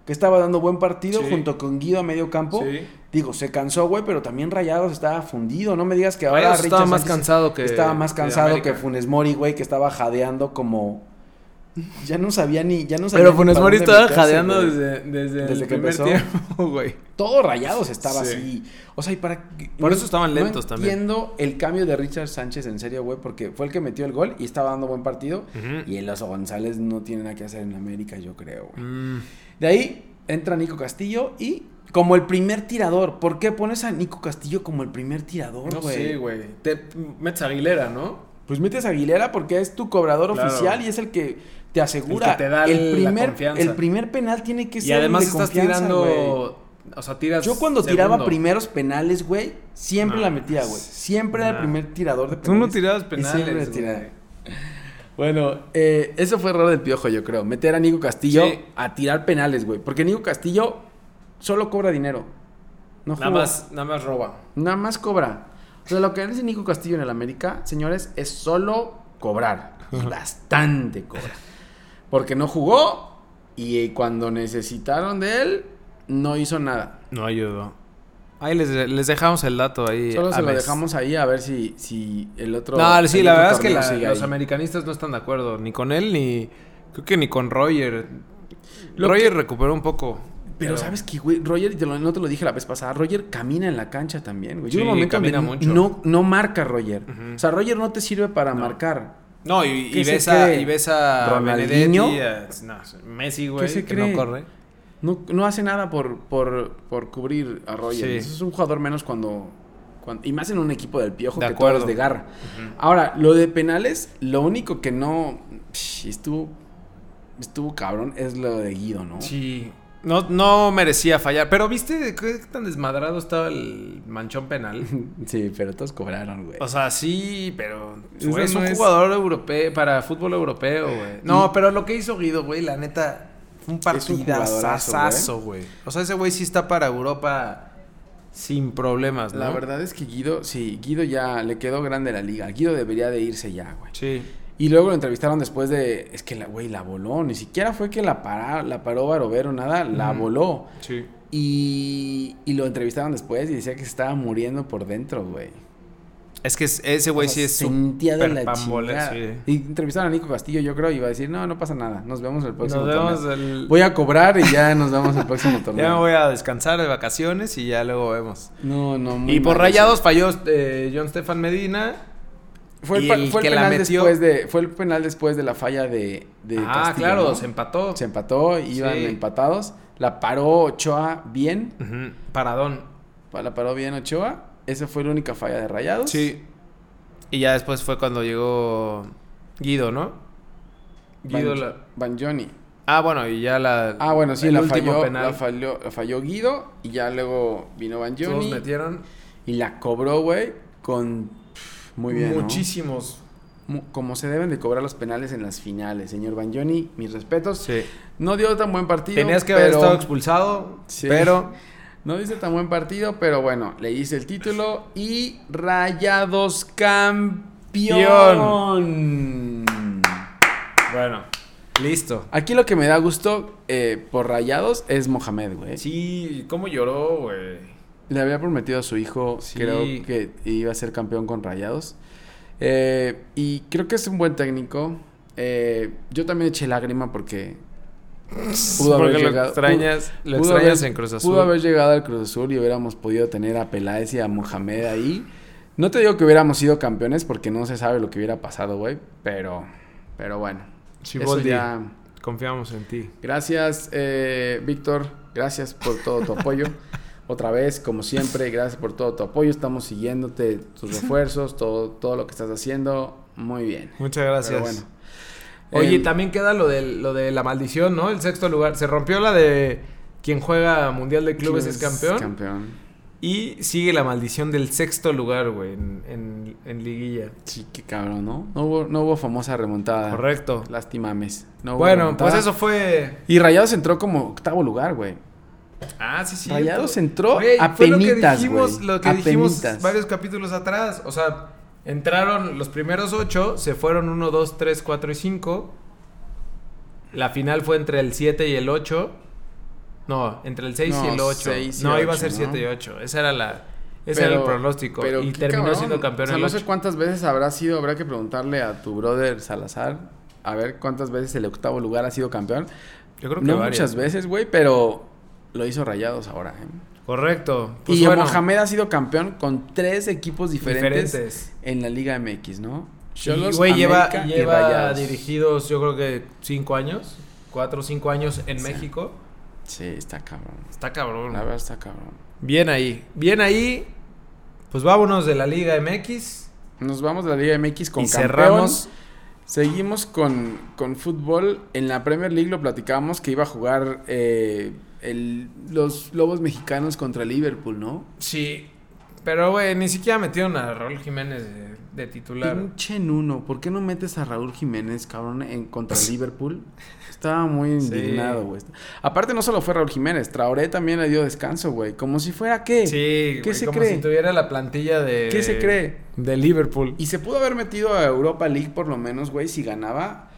[SPEAKER 3] Que estaba dando buen partido
[SPEAKER 2] Sí.
[SPEAKER 3] junto con Guido a medio campo.
[SPEAKER 2] Sí.
[SPEAKER 3] Digo, se cansó, güey, pero también Rayados estaba fundido. No me digas que ahora
[SPEAKER 2] Rayados
[SPEAKER 3] Richard
[SPEAKER 2] estaba más
[SPEAKER 3] Sánchez
[SPEAKER 2] cansado que-
[SPEAKER 3] Estaba más
[SPEAKER 2] que
[SPEAKER 3] cansado que,
[SPEAKER 2] América.
[SPEAKER 3] Funes Mori, güey, que estaba jadeando como. Ya no sabía ni. Ya no sabía
[SPEAKER 2] Pero
[SPEAKER 3] ni
[SPEAKER 2] Funes
[SPEAKER 3] para
[SPEAKER 2] Mori
[SPEAKER 3] dónde
[SPEAKER 2] estaba
[SPEAKER 3] meterse,
[SPEAKER 2] jadeando
[SPEAKER 3] güey.
[SPEAKER 2] desde, desde,
[SPEAKER 3] Desde
[SPEAKER 2] el
[SPEAKER 3] que
[SPEAKER 2] primer
[SPEAKER 3] empezó.
[SPEAKER 2] tiempo, güey.
[SPEAKER 3] Todo rayados estaba
[SPEAKER 2] Sí.
[SPEAKER 3] así. O sea, y para.
[SPEAKER 2] Por eso estaban lentos también.
[SPEAKER 3] Entiendo el cambio de Richard Sánchez, en serio, güey, porque fue el que metió el gol y estaba dando buen partido.
[SPEAKER 2] Ujú.
[SPEAKER 3] Y el Oso González no tiene nada que hacer en América, yo creo, güey.
[SPEAKER 2] Mm,
[SPEAKER 3] De ahí entra Nico Castillo y. Como el primer tirador. ¿Por qué pones a Nico Castillo como el primer tirador,
[SPEAKER 2] no
[SPEAKER 3] güey?
[SPEAKER 2] sé, güey. Te metes a Aguilera, ¿no?
[SPEAKER 3] Pues metes a Aguilera porque es tu cobrador
[SPEAKER 2] Claro.
[SPEAKER 3] oficial y es el que te asegura.
[SPEAKER 4] El que te da la
[SPEAKER 3] primer,
[SPEAKER 4] confianza.
[SPEAKER 3] El primer penal tiene que ser.
[SPEAKER 2] Y además
[SPEAKER 3] el de
[SPEAKER 2] estás
[SPEAKER 3] confianza,
[SPEAKER 2] tirando.
[SPEAKER 3] güey.
[SPEAKER 2] O sea, tiras.
[SPEAKER 3] Yo cuando tiraba
[SPEAKER 2] segundo.
[SPEAKER 3] primeros penales, güey, siempre
[SPEAKER 2] No,
[SPEAKER 3] la metía, güey. Siempre era el
[SPEAKER 2] no.
[SPEAKER 3] primer tirador de
[SPEAKER 2] Tú
[SPEAKER 3] penales.
[SPEAKER 2] no tirabas
[SPEAKER 3] Y siempre
[SPEAKER 2] penales.
[SPEAKER 3] le tiraba.
[SPEAKER 2] güey.
[SPEAKER 3] Bueno, eh, eso fue error del piojo, yo creo. Meter a Nico Castillo
[SPEAKER 2] Sí.
[SPEAKER 3] a tirar penales, güey. Porque Nico Castillo solo cobra dinero. No
[SPEAKER 2] Nada
[SPEAKER 3] juega.
[SPEAKER 2] más, nada más roba.
[SPEAKER 3] Nada más cobra. O sea, lo que hace Nico Castillo en el América, señores, es solo cobrar. Y bastante cobrar. Porque no jugó y eh, cuando necesitaron de él, no hizo nada.
[SPEAKER 2] No ayudó. Ahí les, les dejamos el dato ahí.
[SPEAKER 3] Solo
[SPEAKER 2] a
[SPEAKER 3] se lo
[SPEAKER 2] ver.
[SPEAKER 3] dejamos ahí a ver si, si el otro.
[SPEAKER 2] No, sí,
[SPEAKER 3] el
[SPEAKER 2] la
[SPEAKER 3] otro
[SPEAKER 2] verdad es que
[SPEAKER 3] torneo
[SPEAKER 2] la-
[SPEAKER 3] sigue
[SPEAKER 2] los
[SPEAKER 3] ahí.
[SPEAKER 2] americanistas no están de acuerdo. Ni con él, ni. Creo que ni con Roger.
[SPEAKER 3] Lo
[SPEAKER 2] Roger recuperó un poco.
[SPEAKER 3] Pero sabes que, güey, Roger, y te lo- no te lo dije la vez pasada, Roger camina en la cancha también, güey. Llega
[SPEAKER 2] Sí,
[SPEAKER 3] un momento donde
[SPEAKER 2] camina mucho.
[SPEAKER 3] No, no marca Roger.
[SPEAKER 2] Ujú.
[SPEAKER 3] O sea, Roger no te sirve para marcar.
[SPEAKER 2] No, y, y
[SPEAKER 3] ¿Qué se
[SPEAKER 2] ves a,
[SPEAKER 3] cree?
[SPEAKER 2] y ves a
[SPEAKER 3] ¿Ronaldinho?
[SPEAKER 2] Benedetti, a- no, Messi, güey,
[SPEAKER 3] se
[SPEAKER 2] que
[SPEAKER 3] cree?
[SPEAKER 2] no corre.
[SPEAKER 3] No, no hace nada por, por, por cubrir a Roger.
[SPEAKER 2] Sí.
[SPEAKER 3] Es un jugador menos cuando, cuando- Y más en un equipo del piojo
[SPEAKER 2] De
[SPEAKER 3] que todo es
[SPEAKER 2] acuerdo.
[SPEAKER 3] de garra. Ahora, lo de penales, lo único que no. psh, estuvo. Estuvo cabrón, es lo de Guido, ¿no?
[SPEAKER 2] Sí. No, no merecía fallar. Pero viste qué tan desmadrado estaba el manchón penal.
[SPEAKER 3] Sí, pero todos cobraron, güey.
[SPEAKER 2] O sea, sí, pero
[SPEAKER 3] Eso
[SPEAKER 2] güey, es
[SPEAKER 3] no
[SPEAKER 2] un
[SPEAKER 3] es-
[SPEAKER 2] jugador europeo para fútbol europeo, güey. No, pero lo que hizo Guido, güey, la neta, fue un
[SPEAKER 3] jugadorazo,
[SPEAKER 2] partidazazazo, güey. O sea, ese güey sí está para Europa sin problemas, ¿no?
[SPEAKER 3] La verdad es que Guido, sí, Guido ya le quedó grande la liga. Guido debería de irse ya, güey.
[SPEAKER 2] Sí.
[SPEAKER 3] Y luego lo entrevistaron después de. Es que la, güey, la voló. Ni siquiera fue que la, para, la paró Barovero, nada. La
[SPEAKER 2] Mm.
[SPEAKER 3] voló.
[SPEAKER 2] Sí.
[SPEAKER 3] Y, y lo entrevistaron después y decía que se estaba muriendo por dentro, güey.
[SPEAKER 2] Es que es- ese güey
[SPEAKER 3] O sea,
[SPEAKER 2] Pues sí es
[SPEAKER 3] sentía de la
[SPEAKER 2] superpambolero,
[SPEAKER 3] chingada.
[SPEAKER 2] sí.
[SPEAKER 3] Y entrevistaron a Nico Castillo, yo creo, y iba a decir, no, no pasa nada, nos vemos el próximo
[SPEAKER 2] Nos vemos
[SPEAKER 3] torneo".
[SPEAKER 2] el...
[SPEAKER 3] pues, Voy a cobrar y ya nos vemos el próximo torneo.
[SPEAKER 2] Ya me voy a descansar de vacaciones y ya luego vemos.
[SPEAKER 3] No, no, muy
[SPEAKER 2] Y por
[SPEAKER 3] mal eso.
[SPEAKER 2] rayados falló eh, John Stefan Medina.
[SPEAKER 3] Fue el,
[SPEAKER 2] y
[SPEAKER 3] pa-
[SPEAKER 2] el
[SPEAKER 3] fue el
[SPEAKER 2] que la
[SPEAKER 3] penal
[SPEAKER 2] metió.
[SPEAKER 3] después de, fue el penal después de la falla de, de
[SPEAKER 2] ah,
[SPEAKER 3] Castillo,
[SPEAKER 2] claro,
[SPEAKER 3] ¿no?
[SPEAKER 2] se empató.
[SPEAKER 3] Se empató, iban
[SPEAKER 2] Sí.
[SPEAKER 3] empatados. La paró Ochoa bien.
[SPEAKER 2] Ujú, Paradón.
[SPEAKER 3] La paró bien Ochoa. Esa fue la única falla de rayados.
[SPEAKER 2] Sí. Y ya después fue cuando llegó Guido, ¿no? Guido
[SPEAKER 3] Ban-
[SPEAKER 2] la...
[SPEAKER 3] Banjoni.
[SPEAKER 2] Ah, bueno, y ya la...
[SPEAKER 3] Ah, bueno, sí,
[SPEAKER 2] el
[SPEAKER 3] la
[SPEAKER 2] último
[SPEAKER 3] falló,
[SPEAKER 2] penal.
[SPEAKER 3] la falló, la falló Guido y ya luego vino
[SPEAKER 2] Todos
[SPEAKER 3] Banjoni
[SPEAKER 2] metieron
[SPEAKER 3] y la cobró, güey, con pff, muy bien, ¿no?
[SPEAKER 2] muchísimos.
[SPEAKER 3] Mu- Como se deben de cobrar los penales en las finales, señor Banjoni, mis respetos.
[SPEAKER 2] Sí.
[SPEAKER 3] No dio tan buen partido,
[SPEAKER 2] Tenías que haber
[SPEAKER 3] pero-
[SPEAKER 2] estado expulsado,
[SPEAKER 3] Sí.
[SPEAKER 2] pero...
[SPEAKER 3] No dice tan buen partido, pero bueno, le hice el título y Rayados campeón.
[SPEAKER 2] Bueno, listo.
[SPEAKER 3] Aquí lo que me da gusto eh, por Rayados es Mohamed, güey.
[SPEAKER 2] Sí, cómo lloró, güey.
[SPEAKER 3] Le había prometido a su hijo,
[SPEAKER 2] Sí.
[SPEAKER 3] creo que iba a ser campeón con Rayados. Eh, y creo que es un buen técnico. Eh, yo también eché lágrima porque Pudo haber
[SPEAKER 2] Porque lo
[SPEAKER 3] llegado-
[SPEAKER 2] extrañas, lo
[SPEAKER 3] pudo
[SPEAKER 2] extrañas
[SPEAKER 3] haber-
[SPEAKER 2] en Cruz Azul.
[SPEAKER 3] pudo haber llegado al Cruz Azul y hubiéramos podido tener a Peláez y a Mohamed ahí. No te digo que hubiéramos sido campeones porque no se sabe lo que hubiera pasado, güey. Pero, pero bueno. Eso
[SPEAKER 2] Chiboldi.
[SPEAKER 3] ya-
[SPEAKER 2] Confiamos en ti.
[SPEAKER 3] Gracias, eh, Víctor. Gracias por todo tu apoyo. Otra vez, como siempre, gracias por todo tu apoyo. Estamos siguiéndote, tus refuerzos, todo, todo lo que estás haciendo. Muy bien.
[SPEAKER 2] Muchas
[SPEAKER 3] Pero
[SPEAKER 2] gracias.
[SPEAKER 3] bueno.
[SPEAKER 2] Oye,
[SPEAKER 3] Em,
[SPEAKER 2] también queda lo de, lo de la maldición, ¿no? El sexto lugar. Se rompió la de quien juega Mundial de Clubes es campeón. y sigue la maldición del sexto lugar, güey, en, en- en liguilla.
[SPEAKER 3] Sí, qué cabrón, ¿no? No hubo, no hubo famosa remontada.
[SPEAKER 2] Correcto.
[SPEAKER 3] Lástima, mes. No hubo
[SPEAKER 2] Bueno,
[SPEAKER 3] remontada.
[SPEAKER 2] pues eso fue.
[SPEAKER 3] Y Rayados entró como octavo lugar, güey.
[SPEAKER 2] Ah, sí, sí.
[SPEAKER 3] Rayados entró
[SPEAKER 2] Güey, fue lo que
[SPEAKER 3] apenitas,
[SPEAKER 2] dijimos,
[SPEAKER 3] güey,
[SPEAKER 2] lo que dijimos
[SPEAKER 3] apenitas.
[SPEAKER 2] varios capítulos atrás. O sea, Entraron los primeros ocho, se fueron 1, 2, 3, 4 y 5. La final fue entre el 7 y el 8. No, entre el 6 y
[SPEAKER 3] No,
[SPEAKER 2] el 8.
[SPEAKER 3] seis y
[SPEAKER 2] No, iba a
[SPEAKER 3] ocho,
[SPEAKER 2] ser
[SPEAKER 3] ¿no?
[SPEAKER 2] 7 y 8. Ese era, la, ese era el
[SPEAKER 3] Pero-
[SPEAKER 2] pronóstico.
[SPEAKER 3] pero
[SPEAKER 2] y
[SPEAKER 3] qué
[SPEAKER 2] terminó
[SPEAKER 3] cabrón.
[SPEAKER 2] siendo campeón
[SPEAKER 3] O sea,
[SPEAKER 2] el
[SPEAKER 3] no
[SPEAKER 2] 8.
[SPEAKER 3] sé cuántas veces habrá sido, habrá que preguntarle a tu brother Salazar, a ver cuántas veces el octavo lugar ha sido campeón.
[SPEAKER 2] Yo creo que
[SPEAKER 3] No
[SPEAKER 2] varias. ¿eh?
[SPEAKER 3] muchas veces, güey, pero lo hizo Rayados ahora. ¿eh?
[SPEAKER 2] Correcto. Pues
[SPEAKER 3] y
[SPEAKER 2] bueno,
[SPEAKER 3] Mohamed ha sido campeón con tres equipos diferentes,
[SPEAKER 2] diferentes.
[SPEAKER 3] en la Liga MX, ¿no?
[SPEAKER 2] Y,
[SPEAKER 3] Cholos,
[SPEAKER 2] güey, lleva,
[SPEAKER 3] América y
[SPEAKER 2] lleva
[SPEAKER 3] Rayados.
[SPEAKER 2] dirigidos, yo creo que 5 años. 4 o 5 años en México.
[SPEAKER 3] Sí, está cabrón.
[SPEAKER 2] Está cabrón.
[SPEAKER 3] La verdad está cabrón.
[SPEAKER 2] Bien ahí. Bien ahí. Pues vámonos de la Liga MX.
[SPEAKER 3] Nos vamos de la Liga MX con
[SPEAKER 2] y
[SPEAKER 3] campeón.
[SPEAKER 2] cerramos.
[SPEAKER 3] Seguimos con, con fútbol. En la Premier League lo platicábamos que iba a jugar eh, el- los Lobos Mexicanos contra Liverpool, ¿no?
[SPEAKER 2] Sí. Pero, güey, ni siquiera metieron a Raúl Jiménez de, de titular.
[SPEAKER 3] Pinche Nuno, ¿por qué no metes a Raúl Jiménez, cabrón, en contra Liverpool? Estaba muy indignado, güey. Aparte, no solo fue Raúl Jiménez, Traoré también le dio descanso, güey. Como si fuera qué.
[SPEAKER 2] Sí,
[SPEAKER 3] ¿Qué
[SPEAKER 2] güey,
[SPEAKER 3] se
[SPEAKER 2] como
[SPEAKER 3] cree?
[SPEAKER 2] si tuviera la plantilla de...
[SPEAKER 3] ¿Qué se cree?
[SPEAKER 2] De Liverpool.
[SPEAKER 3] Y se pudo haber metido a Europa League por lo menos, güey, si ganaba.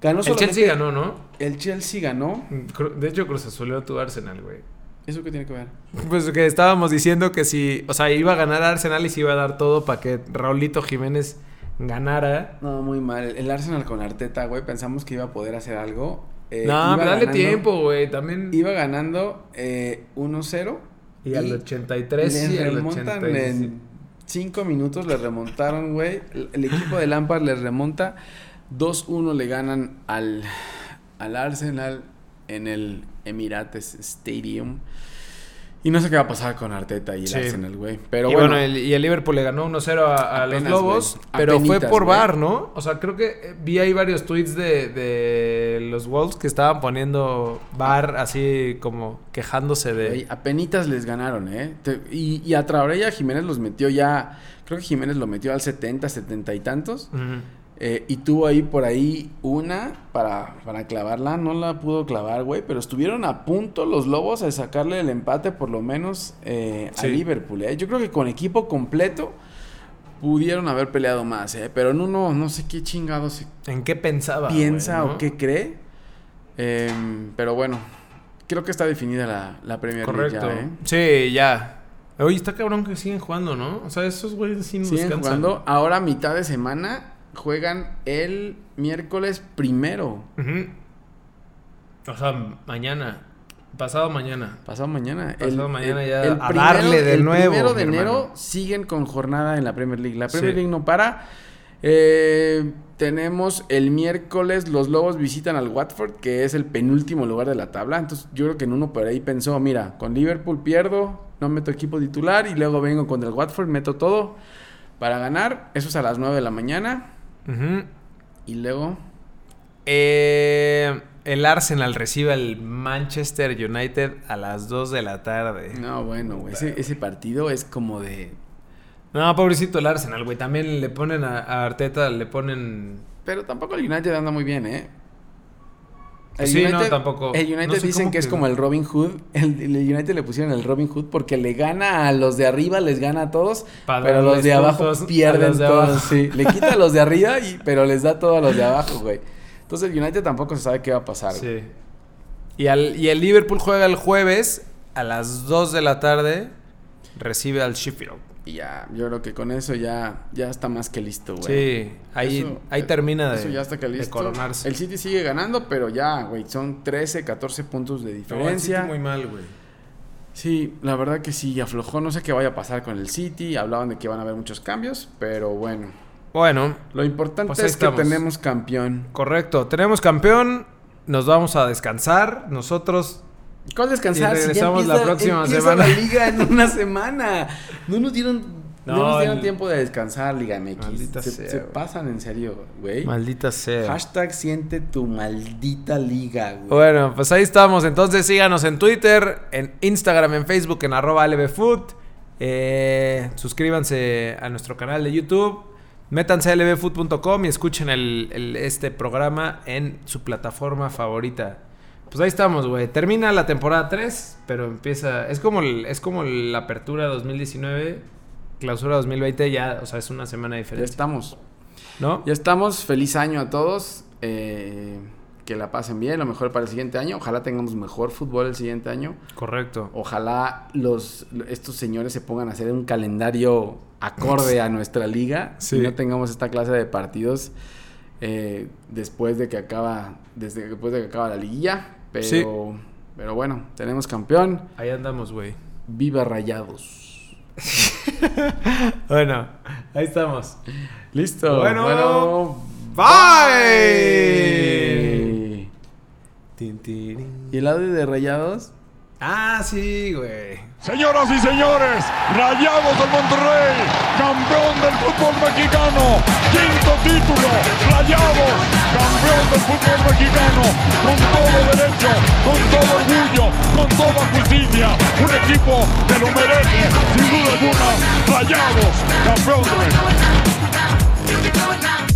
[SPEAKER 3] Ganó
[SPEAKER 2] el
[SPEAKER 3] solamente-
[SPEAKER 2] Chelsea ganó, ¿no?
[SPEAKER 3] El Chelsea ganó.
[SPEAKER 2] Cru- De hecho, Cruz Azul tu Arsenal, güey.
[SPEAKER 3] ¿Eso qué tiene que ver?
[SPEAKER 2] Pues que estábamos diciendo que si... O sea, iba a ganar Arsenal y se iba a dar todo para que Raulito Jiménez ganara.
[SPEAKER 3] No, muy mal. El Arsenal con Arteta, güey, pensamos que iba a poder hacer algo. Eh,
[SPEAKER 2] no,
[SPEAKER 3] iba
[SPEAKER 2] pero dale
[SPEAKER 3] ganando-
[SPEAKER 2] tiempo, güey. También...
[SPEAKER 3] Iba ganando eh, 1-0.
[SPEAKER 2] Y al 83 y
[SPEAKER 3] le
[SPEAKER 2] al
[SPEAKER 3] remontan
[SPEAKER 2] 86.
[SPEAKER 3] en 5 minutos, le remontaron, güey. El, el equipo de Lampard le remonta. 2-1 le ganan al, al Arsenal en el Emirates Stadium. Y no sé qué va a pasar con Arteta y el
[SPEAKER 2] Sí.
[SPEAKER 3] Arsenal, güey. Pero
[SPEAKER 2] y
[SPEAKER 3] bueno,
[SPEAKER 2] bueno, el, y el Liverpool le ganó 1-0 a, a los
[SPEAKER 3] Apenas,
[SPEAKER 2] Lobos,
[SPEAKER 3] güey.
[SPEAKER 2] pero fue
[SPEAKER 3] Apenitas,
[SPEAKER 2] por
[SPEAKER 3] güey.
[SPEAKER 2] bar, ¿no? O sea, creo que eh, vi ahí varios tweets de, de los Wolves que estaban poniendo bar así como quejándose de...
[SPEAKER 3] Güey, apenitas les ganaron, ¿eh? Te- y, y a Traoré y a Jiménez los metió ya, creo que Jiménez lo metió al 70, 70 y tantos.
[SPEAKER 2] Ujú.
[SPEAKER 3] eh, y tuvo ahí por ahí una para, para clavarla, no la pudo clavar, güey, pero estuvieron a punto los Lobos de sacarle el empate por lo menos eh, a
[SPEAKER 2] Sí.
[SPEAKER 3] Liverpool, ¿eh? Yo creo que con equipo completo pudieron haber peleado más, ¿eh? Pero en uno, no sé qué chingado se
[SPEAKER 2] ¿En qué pensaba?
[SPEAKER 3] piensa
[SPEAKER 2] güey,
[SPEAKER 3] o
[SPEAKER 2] no?
[SPEAKER 3] qué cree. Em, pero bueno, creo que está definida la, la Premier League ya,
[SPEAKER 2] Correcto.
[SPEAKER 3] ¿eh?
[SPEAKER 2] Sí, ya. Oye, está cabrón que siguen jugando, ¿no? O sea, esos güeyes sí no
[SPEAKER 3] Siguen
[SPEAKER 2] descansan.
[SPEAKER 3] jugando. Ahora mitad de semana juegan el miércoles primero.
[SPEAKER 2] Ujú. O sea, mañana. Pasado mañana.
[SPEAKER 3] Pasado mañana.
[SPEAKER 2] Pasado
[SPEAKER 3] el,
[SPEAKER 2] mañana
[SPEAKER 3] el-
[SPEAKER 2] ya
[SPEAKER 3] el
[SPEAKER 2] a darle de
[SPEAKER 3] el
[SPEAKER 2] nuevo,
[SPEAKER 3] Primero
[SPEAKER 2] mi
[SPEAKER 3] de enero
[SPEAKER 2] hermano.
[SPEAKER 3] siguen con jornada en la Premier League. La Premier
[SPEAKER 2] Sí.
[SPEAKER 3] League no para. Eh, tenemos el miércoles los Lobos visitan al Watford, que es el penúltimo lugar de la tabla. Entonces yo creo que en uno por ahí pensó, mira, con Liverpool pierdo, no meto equipo titular y luego vengo contra el Watford, meto todo para ganar. Eso es a las 9 de la mañana.
[SPEAKER 2] Ujú.
[SPEAKER 3] Y luego
[SPEAKER 2] Eh, el Arsenal recibe al Manchester United a las 2 de la tarde. No,
[SPEAKER 3] No, bueno, güey. Ese, ese partido es como de.
[SPEAKER 2] pobrecito el Arsenal, güey. También le ponen a, a Arteta, le ponen...
[SPEAKER 3] Pero tampoco el United anda muy bien, ¿eh?
[SPEAKER 2] Sí, no, tampoco.
[SPEAKER 3] El United
[SPEAKER 2] No sé
[SPEAKER 3] dicen
[SPEAKER 2] cómo
[SPEAKER 3] que es
[SPEAKER 2] que-
[SPEAKER 3] como el Robin Hood. El, el United le pusieron el Robin Hood porque le gana a los de arriba, les gana a todos.
[SPEAKER 2] Pa'
[SPEAKER 3] pero
[SPEAKER 2] darles
[SPEAKER 3] los de abajo
[SPEAKER 2] puntos a
[SPEAKER 3] pierden
[SPEAKER 2] los de
[SPEAKER 3] todos.
[SPEAKER 2] abajo.
[SPEAKER 3] Sí, le quita a los de arriba, y, pero les da todo a los de abajo, güey. Entonces el United tampoco se sabe qué va a pasar. güey.
[SPEAKER 2] Sí. Y, al- y el Liverpool juega el jueves a las 2 de la tarde. Recibe al Sheffield.
[SPEAKER 3] Y ya, yo creo que con eso ya, ya está más que listo, güey.
[SPEAKER 2] Sí, ahí,
[SPEAKER 3] Eso- eh,
[SPEAKER 2] ahí termina de,
[SPEAKER 3] eso ya está que
[SPEAKER 2] de
[SPEAKER 3] listo.
[SPEAKER 2] coronarse.
[SPEAKER 3] El City sigue ganando, pero ya, güey, son 13, 14 puntos de diferencia.
[SPEAKER 2] mal, güey.
[SPEAKER 3] Sí, la verdad que sí, aflojó. No sé qué vaya a pasar con el City. Hablaban de que van a haber muchos cambios, pero bueno.
[SPEAKER 2] Bueno,
[SPEAKER 3] Lo importante
[SPEAKER 2] Pues ahí
[SPEAKER 3] es
[SPEAKER 2] estamos.
[SPEAKER 3] que tenemos campeón.
[SPEAKER 2] correcto. Tenemos campeón. Nos vamos a descansar. Nosotros
[SPEAKER 3] ¿Cuál descansar?
[SPEAKER 2] Y
[SPEAKER 3] Si ya
[SPEAKER 2] regresamos la próxima
[SPEAKER 3] empieza
[SPEAKER 2] semana.
[SPEAKER 3] la liga en una semana. No nos dieron, no,
[SPEAKER 2] No,
[SPEAKER 3] nos dieron
[SPEAKER 2] el-
[SPEAKER 3] tiempo de descansar, Liga MX.
[SPEAKER 2] Maldita
[SPEAKER 3] se,
[SPEAKER 2] sea,
[SPEAKER 3] se
[SPEAKER 2] güey.
[SPEAKER 3] pasan en serio, güey.
[SPEAKER 2] Maldita sea.
[SPEAKER 3] Hashtag siente tu maldita liga, güey.
[SPEAKER 2] Bueno, pues ahí estamos. Entonces síganos en Twitter, en Instagram, en Facebook, en arroba lbfood. Eh, suscríbanse a nuestro canal de YouTube. Métanse a lbfood.com y escuchen el- el- este programa en su plataforma favorita. Pues ahí estamos, güey. Termina la temporada 3, pero empieza... Es como, el- es como la apertura 2019, clausura 2020 ya, o sea, es una semana
[SPEAKER 3] Ya
[SPEAKER 2] diferente,
[SPEAKER 3] estamos.
[SPEAKER 2] ¿no?
[SPEAKER 3] Ya estamos. Feliz año a todos. Eh, que la pasen bien. Lo mejor para el siguiente año. Ojalá tengamos mejor fútbol el siguiente año.
[SPEAKER 2] Correcto.
[SPEAKER 3] Ojalá los estos señores se pongan a hacer un calendario acorde a nuestra liga.
[SPEAKER 2] Sí.
[SPEAKER 3] Y no tengamos esta clase de partidos eh, después de que acaba desde después de que acaba la liguilla. Pero,
[SPEAKER 2] Sí.
[SPEAKER 3] pero bueno, tenemos campeón.
[SPEAKER 2] Ahí andamos, güey.
[SPEAKER 3] Viva Rayados.
[SPEAKER 2] Bueno, ahí estamos.
[SPEAKER 3] Listo.
[SPEAKER 2] Bueno, bye.
[SPEAKER 3] bye.
[SPEAKER 2] Tin, tirin.
[SPEAKER 3] ¿Y el audio de Rayados?
[SPEAKER 2] Ah, sí, güey.
[SPEAKER 4] Señoras y señores, Rayados del Monterrey, campeón del fútbol mexicano, quinto título, Rayados, campeón del fútbol mexicano, con todo derecho, con todo orgullo, con toda justicia, un equipo que lo merece, sin duda alguna, Rayados, campeón de
[SPEAKER 5] going now? Where we going now?